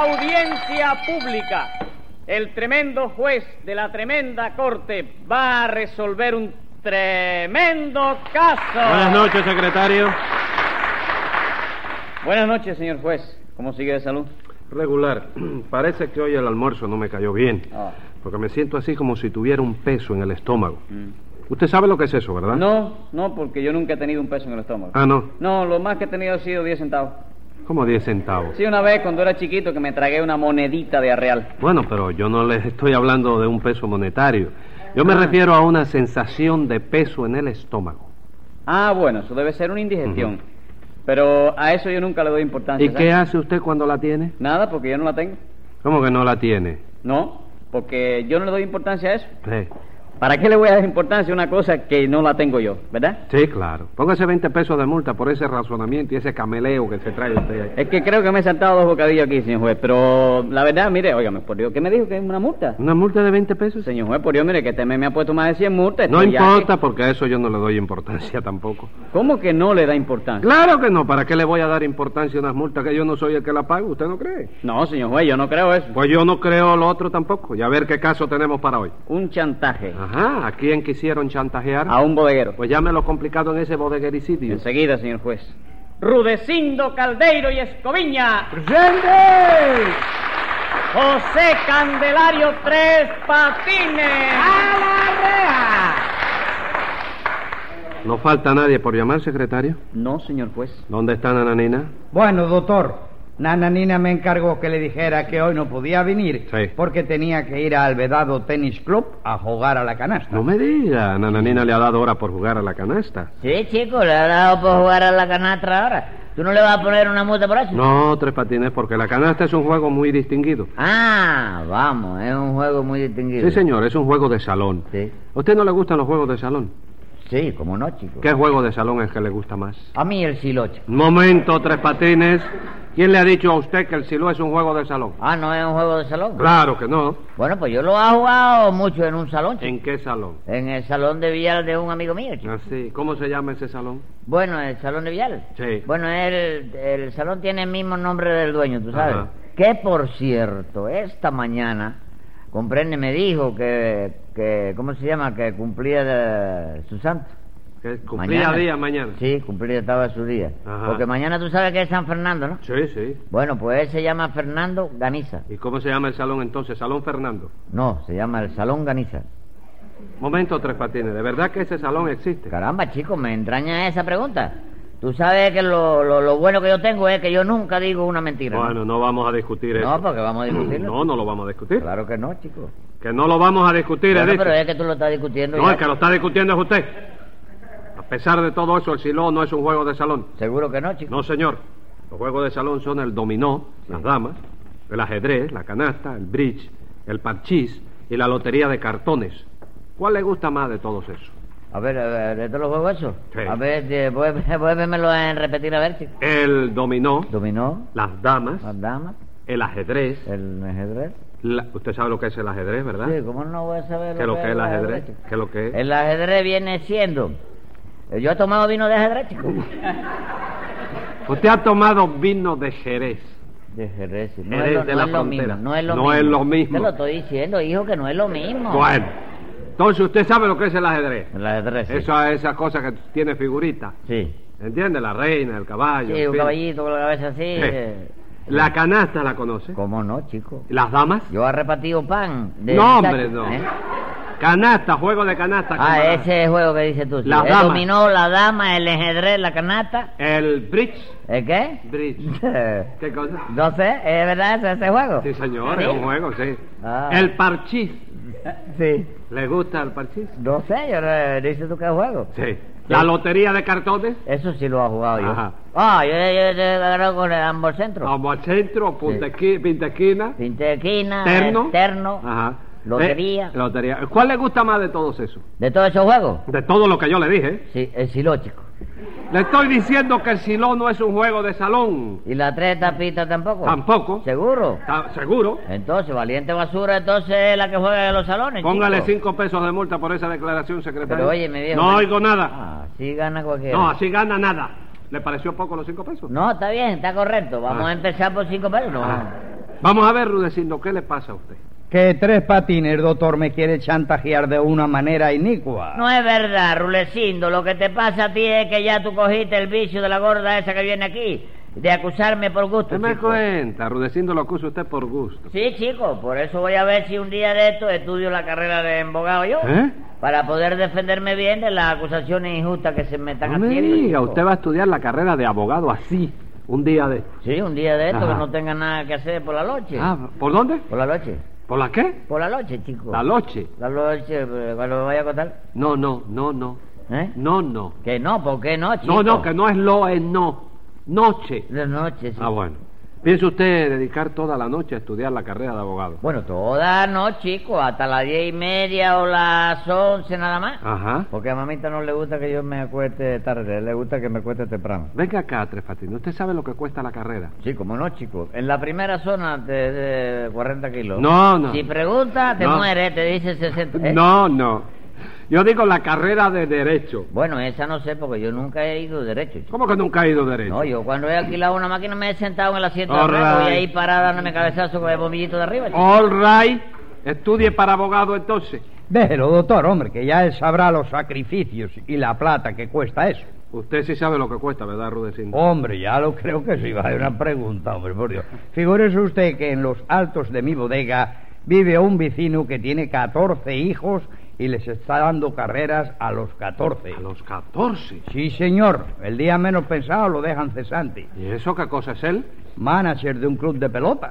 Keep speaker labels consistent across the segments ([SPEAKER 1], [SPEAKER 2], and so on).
[SPEAKER 1] audiencia pública. El tremendo juez de la tremenda corte va a resolver un tremendo caso.
[SPEAKER 2] Buenas noches, secretario.
[SPEAKER 1] Buenas noches, señor juez. ¿Cómo sigue de salud?
[SPEAKER 2] Regular. Parece que hoy el almuerzo no me cayó bien.
[SPEAKER 1] Ah.
[SPEAKER 2] Porque me siento así como si tuviera un peso en el estómago. Usted sabe lo que es eso, ¿verdad?
[SPEAKER 1] Mm. Ah. No, no, porque yo nunca he tenido un peso en el estómago.
[SPEAKER 2] Ah, no.
[SPEAKER 1] No, lo más que he tenido ha sido 10 centavos.
[SPEAKER 2] Como 10 centavos.
[SPEAKER 1] Sí, una vez cuando era chiquito que me tragué una monedita de arreal.
[SPEAKER 2] Bueno, pero yo no les estoy hablando de un peso monetario. Yo me refiero a una sensación de peso en el estómago.
[SPEAKER 1] Ah, bueno, eso debe ser una indigestión. Pero a eso yo nunca le doy importancia.
[SPEAKER 2] ¿Y
[SPEAKER 1] ¿sabe?
[SPEAKER 2] qué hace usted cuando la tiene?
[SPEAKER 1] Nada, porque yo no la tengo.
[SPEAKER 2] ¿Cómo que no la tiene?
[SPEAKER 1] No, porque yo no le doy importancia a eso.
[SPEAKER 2] Sí.
[SPEAKER 1] ¿Para qué le voy a dar importancia a una cosa que no la tengo yo, verdad?
[SPEAKER 2] Sí, claro. Póngase 20 pesos de multa por ese razonamiento y ese cameleo que se trae usted ahí.
[SPEAKER 1] Es que creo que me he saltado dos bocadillos aquí, señor juez. Pero la verdad, mire, óigame, por Dios, ¿qué me dijo que es una multa?
[SPEAKER 2] ¿Una multa de 20 pesos?
[SPEAKER 1] Señor juez, por Dios, mire, que este mes me ha puesto más de 100 multas.
[SPEAKER 2] No
[SPEAKER 1] estoy ya
[SPEAKER 2] importa, porque a eso yo no le doy importancia tampoco.
[SPEAKER 1] que- ¿Cómo que no le da importancia?
[SPEAKER 2] Claro que no, ¿para qué le voy a dar importancia a unas multas que yo no soy el que la pago? ¿Usted no cree?
[SPEAKER 1] No, señor juez, yo no creo eso.
[SPEAKER 2] Pues yo no creo lo otro tampoco. Y a ver qué caso tenemos para hoy.
[SPEAKER 1] Un chantaje
[SPEAKER 2] Ajá, ¿a quién quisieron chantajear?
[SPEAKER 1] a un bodeguero.
[SPEAKER 2] Pues llámelo complicado en ese bodeguericidio.
[SPEAKER 1] Enseguida, señor juez. Rudecindo Caldeiro y Escoviña.
[SPEAKER 2] ¡Presente!
[SPEAKER 1] José Candelario Tres Patines. ¡A la reja!
[SPEAKER 2] ¿No falta nadie por llamar, secretario?
[SPEAKER 1] No, señor juez.
[SPEAKER 2] ¿Dónde está Nananina?
[SPEAKER 3] Bueno, doctor, Nananina me encargó que le dijera que hoy no podía venir
[SPEAKER 2] Sí.
[SPEAKER 3] porque tenía que ir al Vedado Tennis Club a jugar a la canasta.
[SPEAKER 2] No me diga, Nananina le ha dado hora por jugar a la canasta.
[SPEAKER 4] Sí, chico, le ha dado por jugar a la canastra ahora. ¿Tú no le vas a poner una multa por eso?
[SPEAKER 2] No, Tres Patines, porque la canasta es un juego muy distinguido.
[SPEAKER 4] Ah, vamos, es un juego muy distinguido.
[SPEAKER 2] Sí, señor, es un juego de salón.
[SPEAKER 4] Sí,
[SPEAKER 2] ¿A usted no le gustan los juegos de salón?
[SPEAKER 4] sí, cómo no, chico.
[SPEAKER 2] ¿Qué juego de salón es que le gusta más?
[SPEAKER 4] A mí el siloche.
[SPEAKER 2] Momento, Tres Patines. ¿Quién le ha dicho a usted que el silú es un juego de salón?
[SPEAKER 4] Ah, ¿no es un juego de salón?
[SPEAKER 2] Claro que no.
[SPEAKER 4] Bueno, pues yo lo he jugado mucho en un salón, chico.
[SPEAKER 2] ¿En qué salón?
[SPEAKER 4] En el salón de billar de un amigo mío, chico.
[SPEAKER 2] Así. ¿Cómo se llama ese salón?
[SPEAKER 4] Bueno, el salón de billar.
[SPEAKER 2] Ah. Sí.
[SPEAKER 4] Bueno, el, el salón tiene el mismo nombre del dueño, tú sabes.
[SPEAKER 2] Ajá.
[SPEAKER 4] Que, por cierto, esta mañana, comprende, me dijo que, que ¿cómo se llama? Que cumplía de- su santo.
[SPEAKER 2] Que cumplía día mañana.
[SPEAKER 4] Sí, cumplía estaba su día.
[SPEAKER 2] Ajá.
[SPEAKER 4] Porque mañana tú sabes que es San Fernando, ¿no?
[SPEAKER 2] Sí, sí.
[SPEAKER 4] Bueno, pues él se llama Fernando Ganiza.
[SPEAKER 2] ¿Y cómo se llama el salón entonces? Salón Fernando.
[SPEAKER 4] No, se llama el Salón Ganiza.
[SPEAKER 2] Momento, Tres Patines. ¿De verdad que ese salón existe?
[SPEAKER 4] Caramba, chico, me entraña esa pregunta. Tú sabes que lo, lo- lo bueno que yo tengo es que yo nunca digo una mentira. ¿no?
[SPEAKER 2] Bueno, no vamos a discutir eso.
[SPEAKER 4] No, porque vamos a discutirlo.
[SPEAKER 2] No, no lo vamos a discutir.
[SPEAKER 4] Claro que no, chico.
[SPEAKER 2] Que no lo vamos a discutir,
[SPEAKER 4] Bueno,
[SPEAKER 2] he dicho.
[SPEAKER 4] pero es que tú lo estás discutiendo.
[SPEAKER 2] No,
[SPEAKER 4] ya.
[SPEAKER 2] el que lo está discutiendo es usted. A pesar de todo eso, el siló no es un juego de salón.
[SPEAKER 4] Seguro que no, chico.
[SPEAKER 2] No, señor. Los juegos de salón son el dominó, las damas, el ajedrez, la canasta, el bridge, el parchís y la lotería de cartones. ¿Cuál le gusta más de todos esos?
[SPEAKER 4] A ver, a ver, ¿de todos los juegos eso?
[SPEAKER 2] Sí.
[SPEAKER 4] A ver, de- vuelve- vuélvemelo a repetir, a ver, chico.
[SPEAKER 2] El dominó,
[SPEAKER 4] Dominó,
[SPEAKER 2] las damas,
[SPEAKER 4] las damas,
[SPEAKER 2] el ajedrez.
[SPEAKER 4] el ajedrez.
[SPEAKER 2] la- Usted sabe lo que es el ajedrez, ¿verdad?
[SPEAKER 4] Eh. Sí, ¿cómo no voy a saber
[SPEAKER 2] ¿Ah? ¿Qué lo que es el ajedrez?
[SPEAKER 4] chico?
[SPEAKER 2] ¿Qué lo que es?
[SPEAKER 4] El ajedrez viene siendo... eh, Yo he tomado vino de ajedrez, chico.
[SPEAKER 2] Usted ha tomado vino de Jerez.
[SPEAKER 4] De ajedrez, sí. No,
[SPEAKER 2] Jerez
[SPEAKER 4] es lo,
[SPEAKER 2] de
[SPEAKER 4] no
[SPEAKER 2] la
[SPEAKER 4] es lo
[SPEAKER 2] frontera.
[SPEAKER 4] mismo, no es lo
[SPEAKER 2] No
[SPEAKER 4] mismo.
[SPEAKER 2] es lo mismo. Eh,
[SPEAKER 4] Te lo estoy diciendo, hijo, que no es lo mismo.
[SPEAKER 2] Bueno, entonces usted sabe lo que es el ajedrez.
[SPEAKER 4] El ajedrez, sí.
[SPEAKER 2] Esa, esas cosas que tiene figuritas.
[SPEAKER 4] Sí.
[SPEAKER 2] ¿Entiende? La reina, el caballo.
[SPEAKER 4] Sí,
[SPEAKER 2] en
[SPEAKER 4] un
[SPEAKER 2] fin.
[SPEAKER 4] caballito con la cabeza así.
[SPEAKER 2] Sí.
[SPEAKER 4] eh.
[SPEAKER 2] La canasta la conoce.
[SPEAKER 4] ¿Cómo no, chico?
[SPEAKER 2] ¿Las damas?
[SPEAKER 4] Yo he repartido pan. de
[SPEAKER 2] no,
[SPEAKER 4] muchacho,
[SPEAKER 2] hombre, no.
[SPEAKER 4] ¿eh?
[SPEAKER 2] Canasta, juego de canasta.
[SPEAKER 4] Ah,
[SPEAKER 2] camarada.
[SPEAKER 4] ese juego que dices tú. sí.
[SPEAKER 2] Las
[SPEAKER 4] el
[SPEAKER 2] damas.
[SPEAKER 4] dominó, la dama, el ajedrez, la canasta.
[SPEAKER 2] El bridge.
[SPEAKER 4] ¿El qué?
[SPEAKER 2] Bridge. ¿Qué cosa?
[SPEAKER 4] no sé, ¿es verdad ese, ese juego?
[SPEAKER 2] Sí, señor,
[SPEAKER 4] ¿Sí?
[SPEAKER 2] es un juego, sí.
[SPEAKER 4] Ah.
[SPEAKER 2] El parchís.
[SPEAKER 4] Sí.
[SPEAKER 2] ¿Le gusta el parchís?
[SPEAKER 4] No sé, yo no, dices tú qué juego.
[SPEAKER 2] Sí. ¿La lotería de cartones?
[SPEAKER 4] Eso sí lo ha jugado yo.
[SPEAKER 2] Ajá. Ah,
[SPEAKER 4] Ah, yo, yo, yo he agarrado con el ambos centros.
[SPEAKER 2] Vamos al centro, punta esqui- pinta esquina,
[SPEAKER 4] Pintequina,
[SPEAKER 2] terno. Ah.
[SPEAKER 4] terno,
[SPEAKER 2] Ajá.
[SPEAKER 4] lotería.
[SPEAKER 2] Eh, lotería. ¿Cuál le gusta más de todos esos?
[SPEAKER 4] de todos esos juegos.
[SPEAKER 2] De todo lo que yo le dije.
[SPEAKER 4] Sí, el silo, chico.
[SPEAKER 2] Le estoy diciendo que el silón no es un juego de salón.
[SPEAKER 4] ¿Y las tres tapitas tampoco?
[SPEAKER 2] Tampoco.
[SPEAKER 4] ¿Seguro?
[SPEAKER 2] Ta- ¿Seguro?
[SPEAKER 4] Entonces, valiente basura, entonces es la que juega en los salones.
[SPEAKER 2] Póngale
[SPEAKER 4] chico.
[SPEAKER 2] cinco pesos de multa por esa declaración, secretario.
[SPEAKER 4] Pero oye, mi viejo,
[SPEAKER 2] No
[SPEAKER 4] me-
[SPEAKER 2] oigo nada.
[SPEAKER 4] Ah, sí gana cualquiera.
[SPEAKER 2] No, así gana nada. ¿Le pareció poco los cinco pesos?
[SPEAKER 4] No, está bien, está correcto. Vamos
[SPEAKER 2] Ah.
[SPEAKER 4] a empezar por cinco pesos.
[SPEAKER 2] Ah. Vamos a ver, Rudecindo, ¿qué le pasa a usted?
[SPEAKER 3] Que Tres Patines, doctor, me quiere chantajear de una manera inicua.
[SPEAKER 4] No es verdad, Rulecindo. Lo que te pasa a ti es que ya tú cogiste el vicio de la gorda esa que viene aquí, de acusarme por gusto.
[SPEAKER 2] ¿Qué me
[SPEAKER 4] chico.
[SPEAKER 2] cuenta? Rudecindo lo acusa usted por gusto.
[SPEAKER 4] Sí, chico, por eso voy a ver si un día de esto estudio la carrera de embogado yo.
[SPEAKER 2] ¿Eh?
[SPEAKER 4] Para poder defenderme bien de las acusaciones injustas que se me están
[SPEAKER 2] No me
[SPEAKER 4] haciendo.
[SPEAKER 2] diga,
[SPEAKER 4] chico.
[SPEAKER 2] usted va a estudiar la carrera de abogado así, un día de...
[SPEAKER 4] Sí, un día de esto
[SPEAKER 2] Ajá.
[SPEAKER 4] que no tenga nada que hacer por la noche.
[SPEAKER 2] Ah, ¿por dónde?
[SPEAKER 4] ¿Por la noche?
[SPEAKER 2] ¿Por la qué?
[SPEAKER 4] Por la noche, chico.
[SPEAKER 2] La noche.
[SPEAKER 4] La noche, eh, cuando me vaya a contar.
[SPEAKER 2] No, no, no, no.
[SPEAKER 4] ¿Eh?
[SPEAKER 2] No, no.
[SPEAKER 4] Que no, ¿por qué no, chico?
[SPEAKER 2] Mm. No, no, que no es lo, es no. Noche.
[SPEAKER 4] De noche, sí.
[SPEAKER 2] Ah, bueno. ¿Piensa usted dedicar toda la noche a estudiar la carrera de abogado?
[SPEAKER 4] Bueno, toda no, chico, hasta las diez y media o las once nada más.
[SPEAKER 2] Ajá.
[SPEAKER 4] Porque a mamita no le gusta que yo me acueste tarde, le gusta que me acueste temprano.
[SPEAKER 2] Venga acá, Tres Patines. ¿Usted sabe lo que cuesta la carrera?
[SPEAKER 4] Sí, como no, chico. En la primera zona de, de 40 kilos.
[SPEAKER 2] No, no.
[SPEAKER 4] Si pregunta, te
[SPEAKER 2] No.
[SPEAKER 4] muere, te dice 60. ¿eh?
[SPEAKER 2] No, no. Yo digo la carrera de derecho.
[SPEAKER 4] Bueno, esa no sé, porque yo nunca he ido derecho, chico.
[SPEAKER 2] ¿Cómo que nunca ha ido derecho?
[SPEAKER 4] No, yo cuando he alquilado una máquina me he sentado en el asiento de
[SPEAKER 2] All
[SPEAKER 4] atrás y
[SPEAKER 2] right.
[SPEAKER 4] ahí parada dándome cabezazo con el bombillito de arriba. chico.
[SPEAKER 2] All right. Estudie para abogado entonces.
[SPEAKER 3] Déjelo, doctor, hombre, que ya él sabrá los sacrificios y la plata que cuesta eso.
[SPEAKER 2] Usted sí sabe lo que cuesta, ¿verdad, Rudecindo?
[SPEAKER 3] Hombre, ya lo creo que sí. Vaya una pregunta, hombre, por Dios. Figúrese usted que en los altos de mi bodega vive un vecino que tiene 14 hijos y les está dando carreras a los 14.
[SPEAKER 2] A los 14.
[SPEAKER 3] Sí, señor. El día menos pensado lo dejan cesante.
[SPEAKER 2] ¿Y eso qué cosa es él?
[SPEAKER 3] Manager de un club de pelota.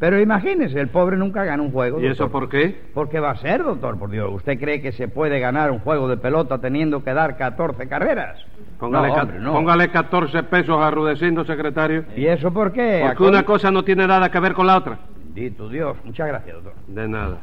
[SPEAKER 3] Pero imagínese, el pobre nunca gana un juego.
[SPEAKER 2] ¿Y eso
[SPEAKER 3] doctor.
[SPEAKER 2] por qué?
[SPEAKER 3] ¿Por qué va a ser, doctor? Por Dios, ¿usted cree que se puede ganar un juego de pelota teniendo que dar 14 carreras?
[SPEAKER 2] Póngale,
[SPEAKER 3] no,
[SPEAKER 2] ca-
[SPEAKER 3] hombre, no. Eh,
[SPEAKER 2] póngale 14 pesos a Rudecindo, secretario.
[SPEAKER 3] ¿Y eso por qué?
[SPEAKER 2] Porque
[SPEAKER 3] Acon-
[SPEAKER 2] una cosa no tiene nada que ver con la otra.
[SPEAKER 3] Bendito Dios. Muchas gracias, doctor.
[SPEAKER 2] De nada.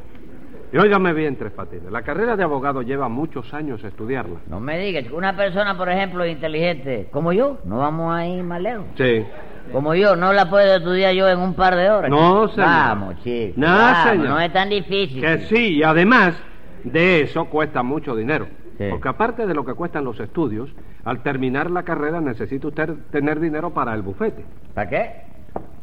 [SPEAKER 2] Y óigame bien, Tres Patines. La carrera de abogado lleva muchos años estudiarla.
[SPEAKER 4] No me digas, chico. una persona, por ejemplo, inteligente, como yo, no vamos a ir más lejos.
[SPEAKER 2] Sí.
[SPEAKER 4] Como yo, no la puedo estudiar yo en un par de horas.
[SPEAKER 2] No,
[SPEAKER 4] chico.
[SPEAKER 2] señor.
[SPEAKER 4] Vamos, chico.
[SPEAKER 2] No,
[SPEAKER 4] vamos,
[SPEAKER 2] señor.
[SPEAKER 4] No es tan difícil.
[SPEAKER 2] Que
[SPEAKER 4] chico.
[SPEAKER 2] sí, y además de eso cuesta mucho dinero.
[SPEAKER 4] Sí.
[SPEAKER 2] Porque aparte de lo que cuestan los estudios, al terminar la carrera necesita usted tener dinero para el bufete.
[SPEAKER 4] ¿Para qué?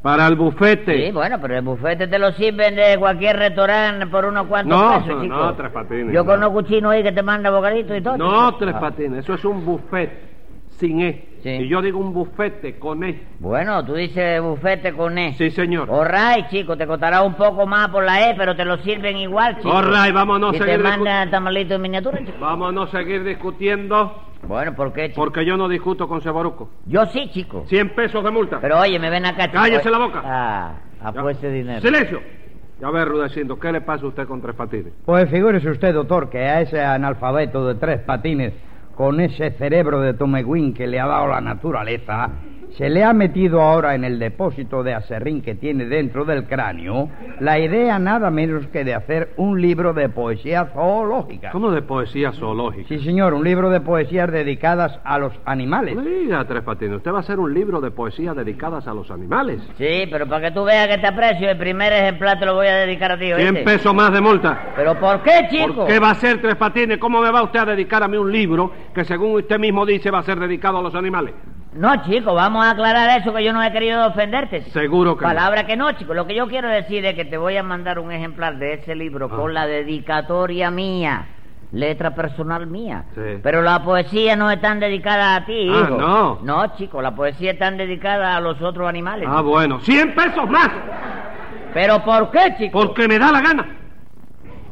[SPEAKER 2] Para el bufete.
[SPEAKER 4] Sí, bueno, pero el bufete te lo sirven de cualquier restaurante por unos cuantos
[SPEAKER 2] No,
[SPEAKER 4] pesos,
[SPEAKER 2] no,
[SPEAKER 4] chico.
[SPEAKER 2] no, Tres Patines,
[SPEAKER 4] Yo
[SPEAKER 2] no.
[SPEAKER 4] conozco un chino ahí que te manda bocaditos y todo.
[SPEAKER 2] no,
[SPEAKER 4] chico.
[SPEAKER 2] Tres
[SPEAKER 4] Ah,
[SPEAKER 2] Patines, eso es un bufete sin E.
[SPEAKER 4] Sí.
[SPEAKER 2] Y yo digo un bufete con E.
[SPEAKER 4] Bueno, tú dices bufete con E.
[SPEAKER 2] Sí, señor.
[SPEAKER 4] All right, chico, te costará un poco más por la E, pero te lo sirven igual, chico.
[SPEAKER 2] All right, vámonos,
[SPEAKER 4] Y te
[SPEAKER 2] seguir discu-
[SPEAKER 4] mandan tamalitos en miniatura, chico.
[SPEAKER 2] Vamos a no seguir discutiendo
[SPEAKER 4] Bueno, ¿por qué, chico?
[SPEAKER 2] porque yo no discuto con Ceboruco.
[SPEAKER 4] Yo sí, chico.
[SPEAKER 2] 100 pesos de multa.
[SPEAKER 4] Pero oye, me ven acá, chico.
[SPEAKER 2] Cállese la boca.
[SPEAKER 4] Ah, a
[SPEAKER 2] Ya.
[SPEAKER 4] fuerza de dinero.
[SPEAKER 2] ¡Silencio! Ya ve, Rudecindo, ¿qué le pasa a usted con Tres Patines?
[SPEAKER 3] Pues figúrese usted, doctor, que a ese analfabeto de tres patines, con ese cerebro de Tomegüín que le ha dado la naturaleza, se le ha metido ahora en el depósito de acerrín que tiene dentro del cráneo la idea nada menos que de hacer un libro de poesía zoológica.
[SPEAKER 2] ¿Cómo de poesía zoológica?
[SPEAKER 3] Sí, señor, un libro de poesías dedicadas a los animales.
[SPEAKER 2] No me diga, Tres Patines, usted va a hacer un libro de poesía dedicadas a los animales.
[SPEAKER 4] Sí, pero para que tú veas que te aprecio, el primer ejemplar te lo voy a dedicar a ti, ¿oíste?
[SPEAKER 2] 100 pesos más de multa.
[SPEAKER 4] ¿Pero por qué, chico?
[SPEAKER 2] ¿Por qué va a ser Tres Patines? ¿Cómo me va usted a dedicar a mí un libro que según usted mismo dice va a ser dedicado a los animales?
[SPEAKER 4] No, chico, vamos a aclarar eso que yo no he querido ofenderte. chico.
[SPEAKER 2] Seguro que no.
[SPEAKER 4] Palabra que no, chico. Lo que yo quiero decir es que te voy a mandar un ejemplar de ese libro
[SPEAKER 2] Ah.
[SPEAKER 4] con la dedicatoria mía. Letra personal mía.
[SPEAKER 2] Sí.
[SPEAKER 4] Pero la poesía no es tan dedicada a ti,
[SPEAKER 2] Ah,
[SPEAKER 4] hijo.
[SPEAKER 2] no.
[SPEAKER 4] No, chico, la poesía es tan dedicada a los otros animales.
[SPEAKER 2] Ah, bueno, 100 pesos más,
[SPEAKER 4] ¿Pero por qué, chico?
[SPEAKER 2] porque me da la gana.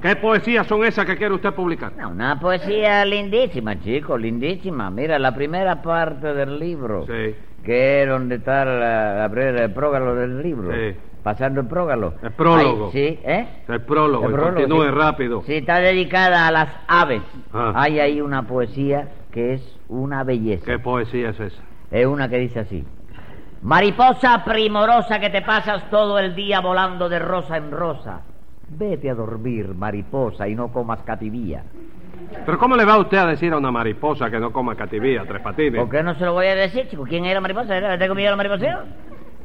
[SPEAKER 2] ¿Qué poesías son esas que quiere usted publicar?
[SPEAKER 4] No, una poesía lindísima, chico, lindísima. Mira, la primera parte del libro,
[SPEAKER 2] Sí.
[SPEAKER 4] que es donde está la, la primera- el prógalo del libro.
[SPEAKER 2] Sí.
[SPEAKER 4] Pasando el prógalo.
[SPEAKER 2] El prólogo.
[SPEAKER 4] Ahí, sí, ¿eh?
[SPEAKER 2] El prólogo,
[SPEAKER 4] El prólogo,
[SPEAKER 2] continúe
[SPEAKER 4] sí.
[SPEAKER 2] rápido.
[SPEAKER 4] Sí, está dedicada a las aves.
[SPEAKER 2] Ah.
[SPEAKER 4] Hay ahí una poesía que es una belleza.
[SPEAKER 2] ¿Qué poesía es esa?
[SPEAKER 4] Es una que dice así. Mariposa primorosa que te pasas todo el día volando de rosa en rosa. Vete a dormir, mariposa, y no comas cativía.
[SPEAKER 2] ¿Pero cómo le va usted a decir a una mariposa que no coma cativía, Tres Patines?
[SPEAKER 4] ¿Por qué no se lo voy a decir, chico? ¿Quién era mariposa? ¿Era este comido la mariposa?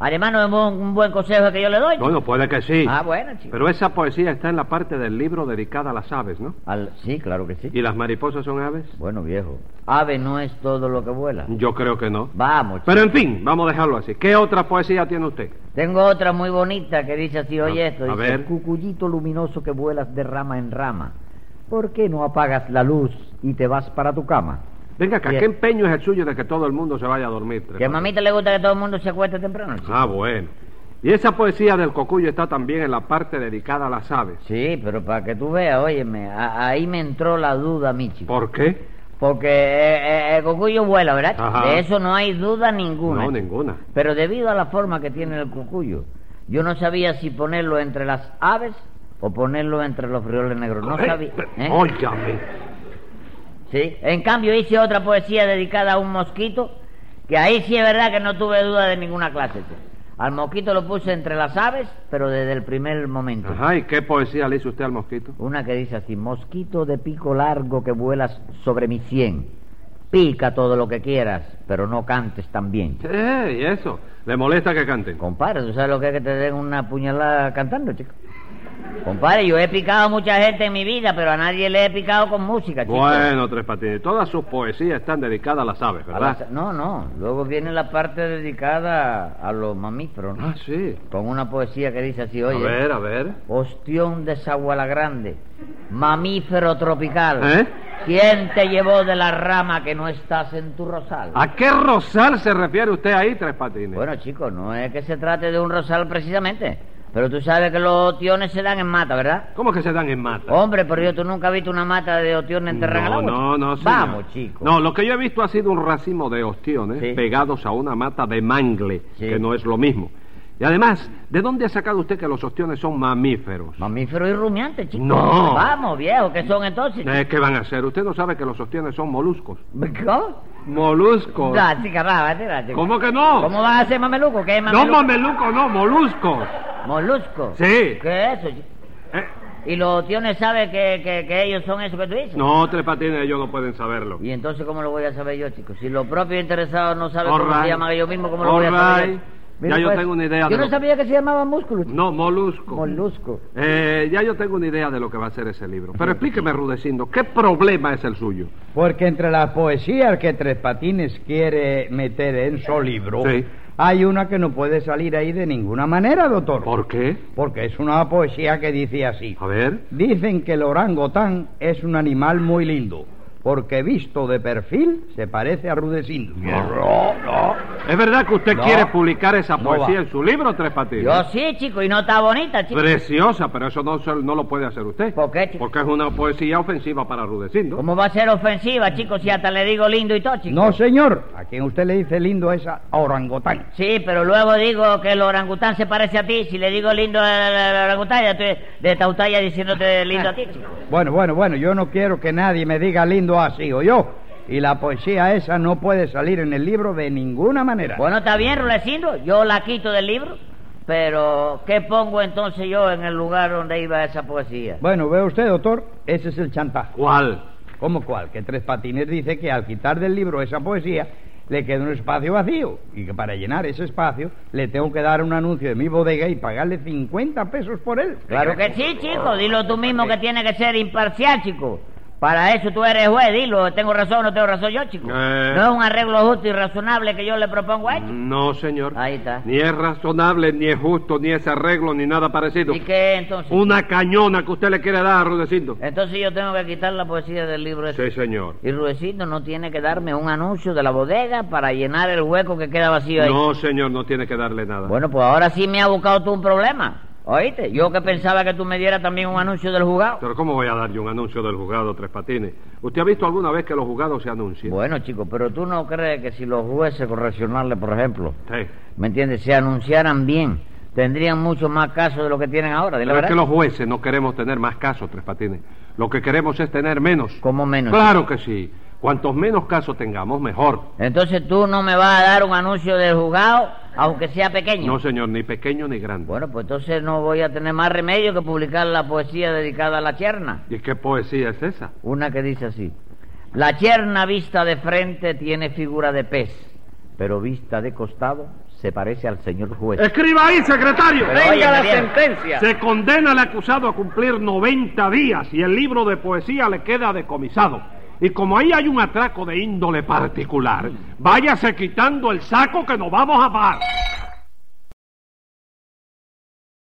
[SPEAKER 4] Además, no es un, un buen consejo que yo le doy.
[SPEAKER 2] Bueno, puede que sí.
[SPEAKER 4] Ah, bueno, chico.
[SPEAKER 2] Pero esa poesía está en la parte del libro dedicada a las aves, ¿no?
[SPEAKER 4] Al- Sí, claro que sí.
[SPEAKER 2] ¿Y las mariposas son aves?
[SPEAKER 4] Bueno, viejo, ave no es todo lo que vuela.
[SPEAKER 2] Yo creo que no.
[SPEAKER 4] Vamos, chico.
[SPEAKER 2] Pero en fin, vamos a dejarlo así. ¿Qué otra poesía tiene usted?
[SPEAKER 4] Tengo otra muy bonita que dice así, oye
[SPEAKER 2] A-
[SPEAKER 4] esto,
[SPEAKER 2] a
[SPEAKER 4] dice,
[SPEAKER 2] ver.
[SPEAKER 4] cucullito luminoso que vuelas de rama en rama, ¿por qué no apagas la luz y te vas para tu cama?
[SPEAKER 2] Venga acá,
[SPEAKER 4] Bien.
[SPEAKER 2] ¿qué empeño es el suyo de que todo el mundo se vaya a dormir? Tres
[SPEAKER 4] Que a
[SPEAKER 2] Patines?
[SPEAKER 4] mamita le gusta que todo el mundo se acueste temprano. chico.
[SPEAKER 2] Ah, bueno. Y esa poesía del cocuyo está también en la parte dedicada a las aves.
[SPEAKER 4] Sí, pero para que tú veas, óyeme, a- ahí me entró la duda, mi chico.
[SPEAKER 2] ¿Por qué?
[SPEAKER 4] Porque eh, eh, el cucuyo vuela, ¿verdad? chico?
[SPEAKER 2] Ajá.
[SPEAKER 4] De eso no hay duda ninguna.
[SPEAKER 2] No,
[SPEAKER 4] chico.
[SPEAKER 2] ninguna.
[SPEAKER 4] Pero debido a la forma que tiene el cucuyo, yo no sabía si ponerlo entre las aves o ponerlo entre los frioles negros. No
[SPEAKER 2] Ay,
[SPEAKER 4] sabía.
[SPEAKER 2] pero,
[SPEAKER 4] ¿eh?
[SPEAKER 2] Óigame.
[SPEAKER 4] Sí. En cambio hice otra poesía dedicada a un mosquito, que ahí sí es verdad que no tuve duda de ninguna clase. chico. Al mosquito lo puse entre las aves, pero desde el primer momento.
[SPEAKER 2] Ajá, ¿y qué poesía le hizo usted al mosquito?
[SPEAKER 4] Una que dice así, mosquito de pico largo que vuelas sobre mi sien. Pica todo lo que quieras, pero no cantes tan bien.
[SPEAKER 2] Eh, ¿y eso? ¿Le molesta que canten?
[SPEAKER 4] Compadre, ¿tú sabes lo que es que te den una puñalada cantando, chico? Compadre, yo he picado a mucha gente en mi vida, pero a nadie le he picado con música, chico.
[SPEAKER 2] Bueno, Tres Patines, todas sus poesías están dedicadas a las aves,
[SPEAKER 4] A
[SPEAKER 2] ¿verdad?
[SPEAKER 4] las- No, no. Luego viene la parte dedicada a los mamíferos, ¿no?
[SPEAKER 2] Ah, sí.
[SPEAKER 4] Con una poesía que dice así,
[SPEAKER 2] A
[SPEAKER 4] oye...
[SPEAKER 2] ver, a ver.
[SPEAKER 4] Ostión de Zaguala Grande, mamífero tropical.
[SPEAKER 2] ¿Eh?
[SPEAKER 4] ¿Quién te llevó de la rama que no estás en tu rosal?
[SPEAKER 2] ¿A qué rosal se refiere usted ahí, Tres Patines?
[SPEAKER 4] Bueno, chicos, no es que se trate de un rosal precisamente, pero tú sabes que los otiones se dan en mata, ¿verdad?
[SPEAKER 2] ¿Cómo que se dan en mata?
[SPEAKER 4] Hombre, por Dios, tú nunca has visto una mata de otiones enterrada en
[SPEAKER 2] No, no,
[SPEAKER 4] el agua, chico?
[SPEAKER 2] no, señor.
[SPEAKER 4] Vamos, chicos.
[SPEAKER 2] No, lo que yo he visto ha sido un racimo de ostiones
[SPEAKER 4] Sí.
[SPEAKER 2] pegados a una mata de mangle,
[SPEAKER 4] Sí.
[SPEAKER 2] que no es lo mismo. Y además, ¿de dónde ha sacado usted que los ostiones son mamíferos?
[SPEAKER 4] Mamífero y rumiante, chicos.
[SPEAKER 2] No.
[SPEAKER 4] Vamos, viejo, ¿qué son entonces?
[SPEAKER 2] Eh, ¿Qué van a hacer? Usted no sabe que los ostiones son moluscos.
[SPEAKER 4] ¿Cómo?
[SPEAKER 2] ¿Moluscos?
[SPEAKER 4] Da, chica, va, va, tira, chica.
[SPEAKER 2] ¿Cómo que no?
[SPEAKER 4] ¿Cómo vas a ser mameluco? ¿Qué es
[SPEAKER 2] no,
[SPEAKER 4] mameluco?
[SPEAKER 2] mameluco, no, moluscos.
[SPEAKER 4] ¿Molusco?
[SPEAKER 2] Sí.
[SPEAKER 4] ¿Qué es eso, chico?
[SPEAKER 2] Eh,
[SPEAKER 4] Y los tiones saben que, que- que ellos son eso que tú dices.
[SPEAKER 2] no, Tres Patines, ellos no pueden saberlo.
[SPEAKER 4] ¿Y entonces cómo lo voy a saber yo, chicos? Si los propios interesados no saben
[SPEAKER 2] All
[SPEAKER 4] cómo
[SPEAKER 2] right.
[SPEAKER 4] se llaman ellos mismos, ¿cómo lo
[SPEAKER 2] All
[SPEAKER 4] voy a saber
[SPEAKER 2] right.
[SPEAKER 4] yo? pues,
[SPEAKER 2] Ya yo tengo una idea
[SPEAKER 4] Yo
[SPEAKER 2] de
[SPEAKER 4] no
[SPEAKER 2] lo-
[SPEAKER 4] sabía que se llamaba músculo, chico.
[SPEAKER 2] No, molusco.
[SPEAKER 4] Molusco.
[SPEAKER 2] Eh, ya yo tengo una idea de lo que va a ser ese libro. Pero explíqueme, Rudecindo, ¿qué problema es el suyo?
[SPEAKER 3] Porque entre las poesías que Tres Patines quiere meter en su libro,
[SPEAKER 2] Sí.
[SPEAKER 3] hay una que no puede salir ahí de ninguna manera, doctor.
[SPEAKER 2] ¿Por qué?
[SPEAKER 3] Porque es una poesía que dice así.
[SPEAKER 2] A ver.
[SPEAKER 3] Dicen que el orangotán es un animal muy lindo, porque visto de perfil se parece a Rudecindo.
[SPEAKER 2] No, no. ¿Es verdad que usted
[SPEAKER 3] No.
[SPEAKER 2] quiere publicar esa
[SPEAKER 3] No
[SPEAKER 2] poesía
[SPEAKER 3] va.
[SPEAKER 2] en su libro, Tres Patines?
[SPEAKER 4] Yo sí, chico, y no está bonita, chico.
[SPEAKER 2] Preciosa, pero eso no, se- no lo puede hacer usted.
[SPEAKER 4] ¿Por qué, chico?
[SPEAKER 2] Porque es una poesía ofensiva para Rudecindo.
[SPEAKER 4] ¿Cómo va a ser ofensiva, chico, si hasta le digo lindo y todo, chico?
[SPEAKER 3] No, señor. A quien usted le dice lindo es a orangotán.
[SPEAKER 4] Sí, pero luego digo que el orangután se parece a ti. Si le digo lindo al al orangután, ya estoy de tautalla diciéndote lindo a ti, chico.
[SPEAKER 3] Bueno, bueno, bueno, yo no quiero que nadie me diga lindo así, o yo. Y la poesía esa no puede salir en el libro de ninguna manera.
[SPEAKER 4] Bueno, está bien, Rudecindo, yo la quito del libro, pero ¿qué pongo entonces yo en el lugar donde iba esa poesía?
[SPEAKER 3] Bueno, ve usted, doctor, ese es el chantaje.
[SPEAKER 2] ¿Cuál?
[SPEAKER 3] ¿Cómo cuál? Que Tres Patines dice que al quitar del libro esa poesía le queda un espacio vacío y que para llenar ese espacio le tengo que dar un anuncio de mi bodega y pagarle 50 pesos por él.
[SPEAKER 4] Claro que sí, chico, dilo tú mismo que tiene que ser imparcial, chico. Para eso tú eres juez, dilo, tengo razón o no tengo razón yo, chico.
[SPEAKER 2] Eh.
[SPEAKER 4] No es un arreglo justo y razonable que yo le propongo a él. chico.
[SPEAKER 2] No, señor.
[SPEAKER 4] Ahí está.
[SPEAKER 2] Mm. Ni es razonable, ni es justo, ni es arreglo, ni nada parecido.
[SPEAKER 4] ¿Y qué entonces?
[SPEAKER 2] Una cañona que usted le quiere dar a Rudecindo.
[SPEAKER 4] Entonces yo tengo que quitar la poesía del libro ese.
[SPEAKER 2] Sí, señor.
[SPEAKER 4] Y Rudecindo no tiene que darme un anuncio de la bodega para llenar el hueco que queda vacío ahí.
[SPEAKER 2] No, señor, no tiene que darle nada.
[SPEAKER 4] Bueno, pues ahora sí me ha buscado tú un problema. ¿Oíste? Yo que pensaba que tú me dieras también un anuncio del jugado.
[SPEAKER 2] Pero ¿cómo voy a dar yo un anuncio del juzgado, Tres Patines? ¿Usted ha visto alguna vez que los juzgados se anuncian?
[SPEAKER 4] Bueno, chicos, pero tú no crees que si los jueces correccionales, por ejemplo,
[SPEAKER 2] Sí.
[SPEAKER 4] ¿me entiendes? Se anunciaran bien, tendrían mucho más casos de lo que tienen ahora, de la
[SPEAKER 2] Pero es
[SPEAKER 4] verdad.
[SPEAKER 2] que los jueces no queremos tener más casos, Tres Patines. Lo que queremos es tener menos.
[SPEAKER 4] ¿Cómo menos?
[SPEAKER 2] Claro que sí. Cuantos menos casos tengamos, mejor.
[SPEAKER 4] Entonces tú no me vas a dar un anuncio del jugado, aunque sea pequeño.
[SPEAKER 2] No, señor, ni pequeño ni grande.
[SPEAKER 4] Bueno, pues entonces no voy a tener más remedio que publicar la poesía dedicada a la cherna.
[SPEAKER 2] ¿Y qué poesía es esa?
[SPEAKER 4] Una que dice así. La cherna vista de frente tiene figura de pez, pero vista de costado se parece al señor juez.
[SPEAKER 2] Escriba ahí, secretario.
[SPEAKER 4] Pues- Pero oye,
[SPEAKER 1] Venga la
[SPEAKER 4] Mariano.
[SPEAKER 1] sentencia.
[SPEAKER 2] Se condena al acusado a cumplir 90 días y el libro de poesía le queda decomisado. Y como ahí hay un atraco de índole particular, váyase quitando el saco que nos vamos a pagar.